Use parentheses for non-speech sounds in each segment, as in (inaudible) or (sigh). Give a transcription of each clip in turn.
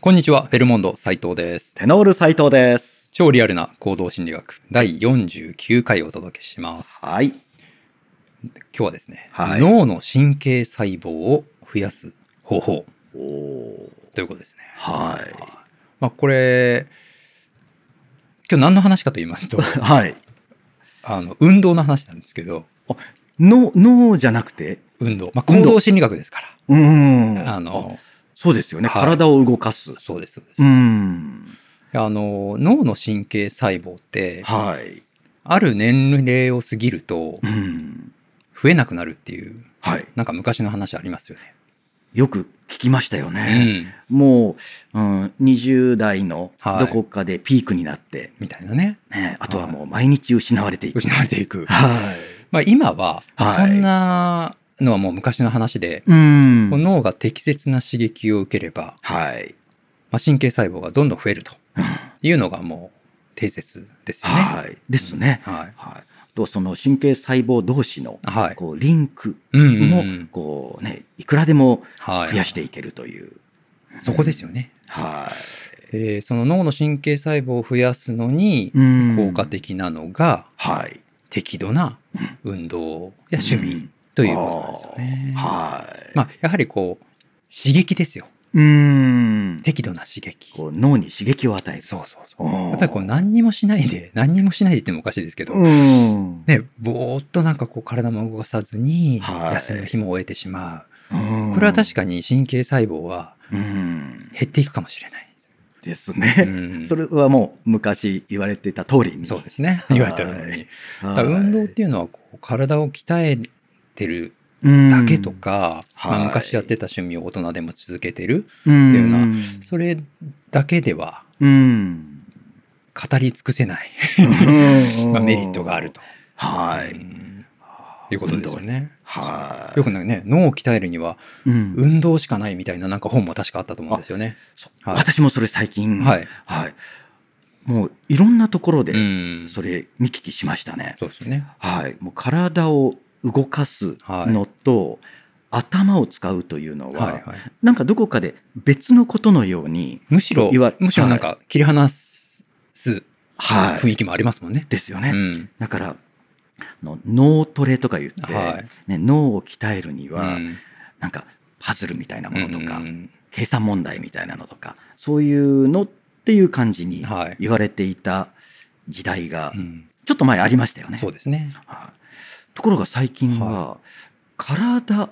こんにちは、フェルモンド斉藤です。テノール斉藤です。超リアルな行動心理学第49回お届けします。今はい。日はですね、はい脳の神経細胞を増やす方法おお。ということですね。はまあこれ、今日何の話かと言い (laughs) ますと、い。はい。あの、運動の話なんですけど、の、脳じゃなくて、運動。まあ運行動動心理学ですかうーん。ら。あの、そうですよね。はい体を動かす。うそうです、そうです。ーん。あの、脳の神経細胞って、はい。ある年齢を過ぎるとう、ん。増えなくなるっていう、はい。なんか昔の話ありますよね。よく聞きましたようね。ん。もう、うん、20代のはいどこかでピークになって、みたいなね。ね、あとはもう毎日失われていく。失われていく。はい。まあ今は、はいそんなのはもう昔の話で、うーん。こう脳が適切な刺激を受ければ、はい。まあ、神経細胞がどんどん増えるというのがもう定説ですよね。はい。ですね。はい。はい。あとその神経細胞同士のはい。こうリンクうんうんうもん。こうねいくらでもは増やしていけるという。そこですよね。はで、その脳の神経細胞を増やすのにい。うん効果。的なのが、はい。適度な運動や趣味ということなんですよね。はい。まあ、やはりこう、刺激ですよ。うん。適度な刺激。こう脳に刺激を与える。そうそうそう。うんやっぱりこう何にもしないで、何にもしないでって言ってもおかしいですけど、うん。ね、ぼーっとなんかこう体も動かさずに、はい休みの日も終えてしまうんう。これは確かに神経細胞はうん。減っていくかもしれない。ですうね。んそれはもう昔言われていた通りに。そうですね。はい言われてるのに。だはかい。ら運動っていうのはこう体を鍛えてるうんだけとか、うんまあはい昔やってた趣味を大人でも続けてる。っていうのはそれだけではうん。語り尽くせない、 (laughs) まあ、メリットがある。と。はうい。んいうことですよね。はい。よくなんかね、脳を鍛えるにはうん運動しかないみたいななんか本も確かあったと思うんですよね。そうはい私もそれ最近、はいい。もういろんなところうでん。それ見聞きしましたね。そうですよね。はい、もう体を動かすのと、頭を使うというのは、はいはい。なんかどこかで別のことのように、むしろいわ、むしろなんか切り離すはい雰囲気もありますもんね。ですよね。うん。だからあの脳トレとか言って、はいね、脳を鍛えるには、うんなんかパズルみたいなものとか、うん計算問題みたいなのとかそういうのっていう感じにはい言われていた時代がうんちょっと前ありましたよね。そうですね。はいところが最近は、体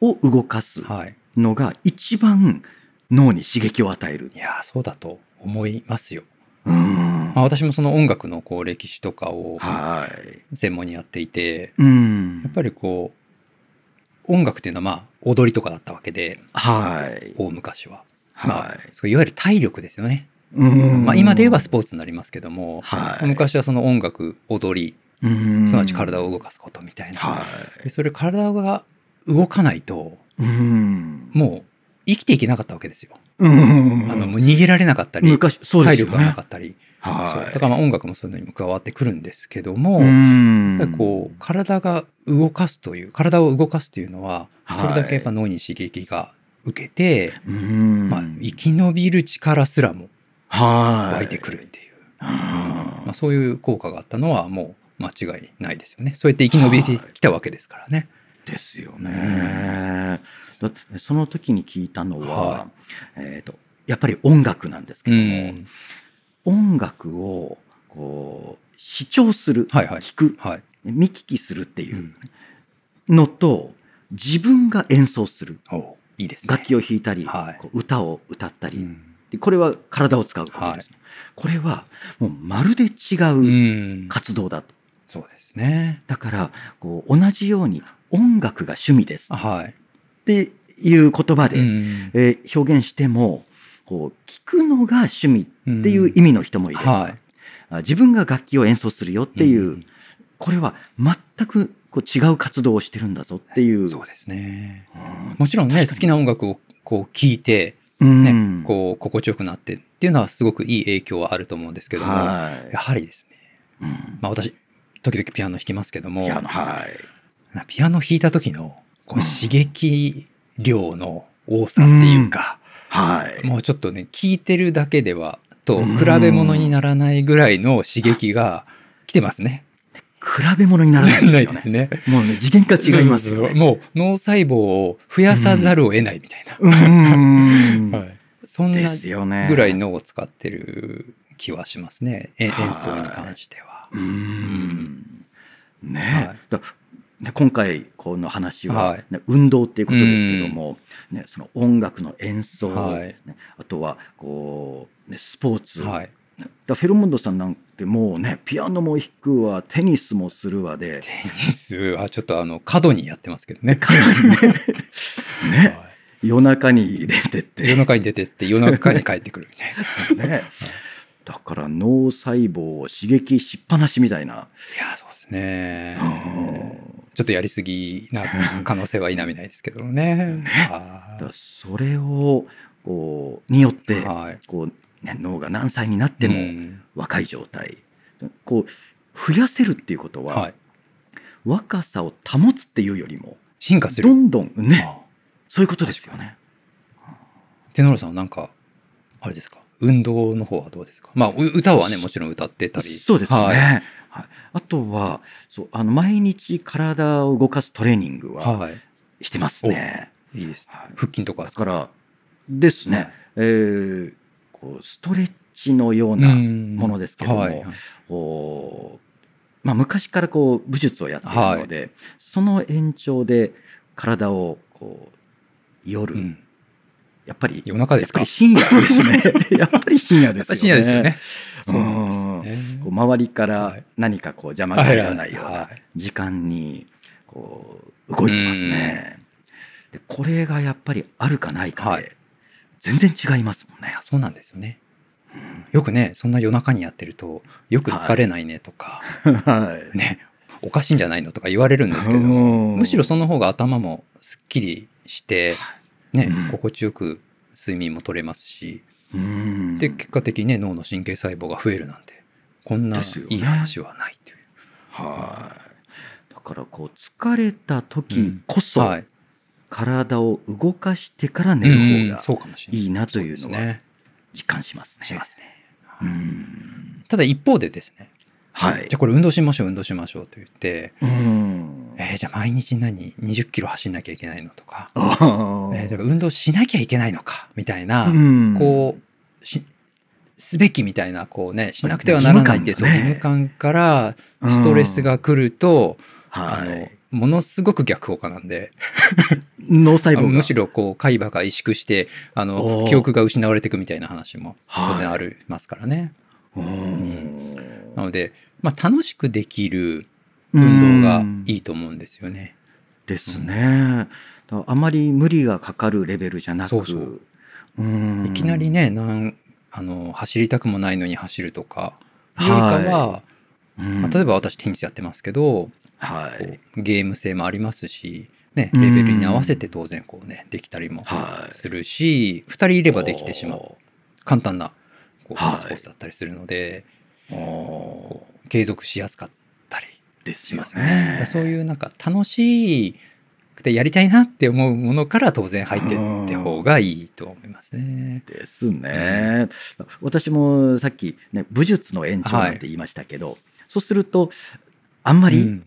を動かすはい。のが一番脳に刺激を与えるい。やー、そうだと思いますよ。うーんまあ、私もその音楽のこう歴史とかをはい。専門にやっていて、うんやっぱりこう、音楽っていうのはまあ踊りとかだったわけで、はい。大昔は。まはあい。そういわゆる体力ですよね。うんまあ、今で言えばスポーツになりますけども、はい昔はその音楽踊りうんすなわち体を動かすことみたいな、はでそれ体が動かないとい。うん。もう生きていけなかったわけですよ。うんあのもう逃げられなかったり、昔、そうで体すよ力がなねか。ったり、そうはだい。からまあ音楽もそういうのにも加わってくるんですけども、うやんっぱりこう体が動かすという体を動かすというのははいそれだけやっぱ脳に刺激が受けて、うーんまあ、生き延びる力すらもはい湧いてくるっていう。うーまあ、んそういう効果があったのはもう間違いないですよね。そうやって生き延びてきたわけですからね。ですよね。だってその時に聞いたのは、はえー、とやっぱり音楽なんですけうども、ん、音楽をこう視聴する、はいはい聞くはい。見聞きするっていうのと自分が演奏するおいいですね。楽器を弾いたり、はいこう歌を歌ったり、うんでこれは体を使うことです、これはもうまるで違う、うん活動だと。そうですね。だからこう同じように音楽が趣味ですあはい。っていう言葉で、うんえー表現してもこう聞くのが趣味っていう意味の人もいる、はい。あ自分が楽器を演奏するよっていう、うんこれは全くこう違う活動をしてるんだぞっていう。そうですね。うんもちろんね、確かに好きな音楽をこう聴いて、ね、うんこう心地よくなってっていうのはすごくいい影響はあると思うんですけども、やはいはりですね、うんまあ私、時々ピアノ弾きますけども、ピアノはいまあピアノ弾いた時のこう刺激量の多さっていうか、はい。もうちょっとね聞いてるだけではと比べ物にならないぐらいの刺激が来てますね。比べ物にならないでなすいよでねす。ね。もうね、次元が違いますよ、そうそうそうね。もう脳細胞を増やさざるを得ないみたいな。うーん。 (laughs) はい、そんでなすよね。ぐらい。脳を使ってる気はしますね。え演はい奏に関しては。うー。うんんね、はいだね今回この話は、はいね運動っていうことですけども、ね、その音楽の演奏、はいね、あとはこう、ね、スポーツ、はい。だからフェロモンドさんなんてもうねピアノも弾くわテニスもするわでテニスはちょっとあの過度にやってますけどね。かな (laughs) りねねは夜中に出てっ (laughs) い夜て、中に出てって夜中に帰ってくるみたい (laughs) な。ね、だから脳細胞を刺激しっぱなしみたいな。いやそうですね。うんちょっとやりすぎな可能性は否めないですけどね。だはからそれをこうによっいてはい。こう、ね、脳が何歳になってうもん若い状態、こう増やせるっていうことは、はい、若さを保つっていうよりも進化するど。んどんねあそういうことですよね。テノールさんはなんかあれですか運動の方はどうですかまあう歌はねもちろん歌ってたりそうですね、ははいいあとはそうあの毎日体を動かすトレーニングははいしてますね。いいですねはい腹筋とかでだすかからですね、はいえーこうストレッチのようなものですけども、はいはいこうまあ、昔からこう武術をやっているので、その延長で体をこう夜、うん、やっぱり夜中やでっすぱかり深夜です (laughs) ねやっぱり深夜ですよね。深夜ですよねうんそうですねこう周りからはい何かこう邪魔がはい入はらいないようなは時間にこう動いてますね。でこれがやっぱりあるかないかはで全然違いますもんいい (laughs) ねや。そうなんですよねよくねそんな夜中にやってるとよく疲れないねとか、はい。ねおかしいんじゃないのとか言われるんですけど、むむしろその方が頭もすっきりして、ねうん心地よく睡眠も取れますしうんで結果的にね脳の神経細胞が増えるなんてこんなですよねいい話はないという。はい。だからこう疲れた時こそはい体を動かしてから寝うんるうん方そがうかもしれないいいなというそうのですはね実感しますね。しますね。うんただ一方でですね、はいじゃあ。これ運動しましょう運動しましょうと言って、うんえーじゃあ毎日何20キロ走んなきゃいけないのとか、あえーだかーら運動しなきゃいけないのかみたいな、うんこうしすべきみたいなこうねしなくてはならないっていう義そう義務務感からうんストレスが来ると、あはのい、ものすごく逆効果なんで、脳細あの胞がむしろこう海馬が萎縮してあのおー記憶が失われていくみたいな話もはい当然ありますからね。うんなので、まあ、楽しくできる運動がいいいと思うんですよね。ですね。だからあまり無理がかかるレベルじゃなく、そうそううんいきなりねなんあの走りたくもないのに走るとかよりかはいは、うんまあ、例えば私テニスやってますけど、はこい、うゲーム性もありますし、ね、うんレベルに合わせて当然こう、ね、できたりもはい、するし2人いればできてしまう簡単なこうはいスポーツだったりするので、おー。お継続しやすかったりーですしよますよね。だかねら。そういうなんか楽しくてやりたいなって思うものから当然入ってって方がいいと思いますね。ですね。私もさっき、ね、武術の延長なんて言いましたけど、そうするとあんまうりん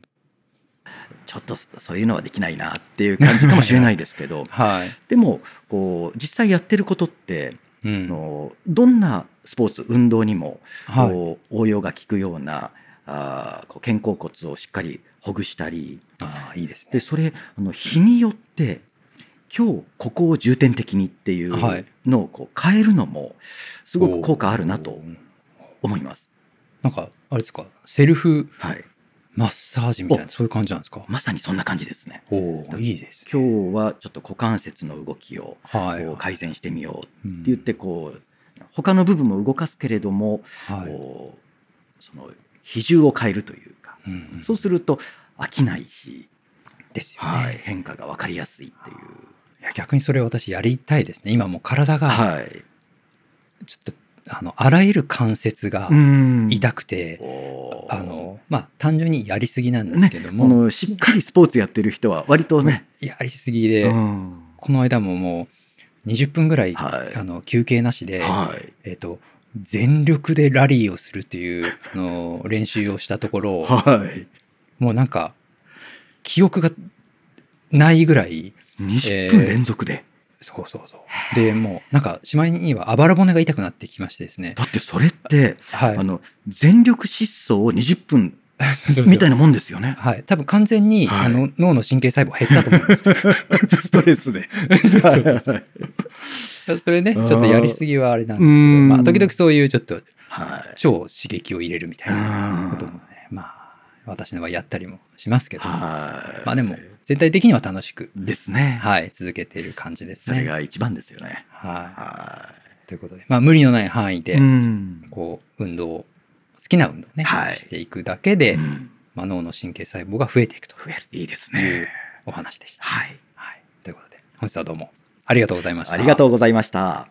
ちょっとそういうのはできないなっていう感じかもしれないですけどはい (laughs) でもこう実際やってることって、うあんのどんなスポーツ運動にもはい、こう応用が効くようなあーこう肩甲骨をしっかりほぐしたりああいいですでね。それあの日によって今日ここを重点的にっていうはいのをこう変えるのもすごく効果あるなとおー思います。なんかあれですかセルフはい、マッサージみたいなそういう感じなんですか。まさにそんな感じですね。おおいいですね。今日はちょっと股関節の動きをはいこう改善してみようってうん言ってこう他の部分も動かすけれどもはいこうその比重を変えるというかうんうんそうすると飽きないしですよね。、はいい、変化が分かりやすいっていう。や逆にそれ私やりたいですね。今もう体がはい。ちょっと、あのあらゆる関節がん痛くて、おーあのまあ単純にやりすぎなんですけどこも、のしっかりスポーツやってる人は割とね。やりすぎで、うんこの間ももう20分ぐらい、はいあの休憩なしで、はいえっと全力でラリーをするというあの練習をしたところ、はいもうなんか記憶がないぐらい20分連続で、そうそうそうでもうなんかしまいにはあばら骨が痛くなってきましてですねだってそれって、はい (laughs) あの全力疾走を20分みたいななもんで (laughs) すよねはい多分完全に、はいあの脳の神経細胞減ったと思うんですけどストレスでそうそうそう (laughs) それねちょっとやりすぎはあれなんですけどうーんまあ、時々そういうちょっとはい超刺激を入れるみたいなこともはねまあ私の場合やったりもしますけど、いまあでも全体的には楽しく、ですね、はい、続けている感じですそれね。が一番ですよねは、はいということで、まあ、無理のない範囲いで、んこう運動を好きな運動をね、はいしていくだけで、うんまあ、脳の神経細胞が増えていくと増えるいいですいうねお話でした。はいはい、ということで本日はどうもありがとうございました。ありがとうございました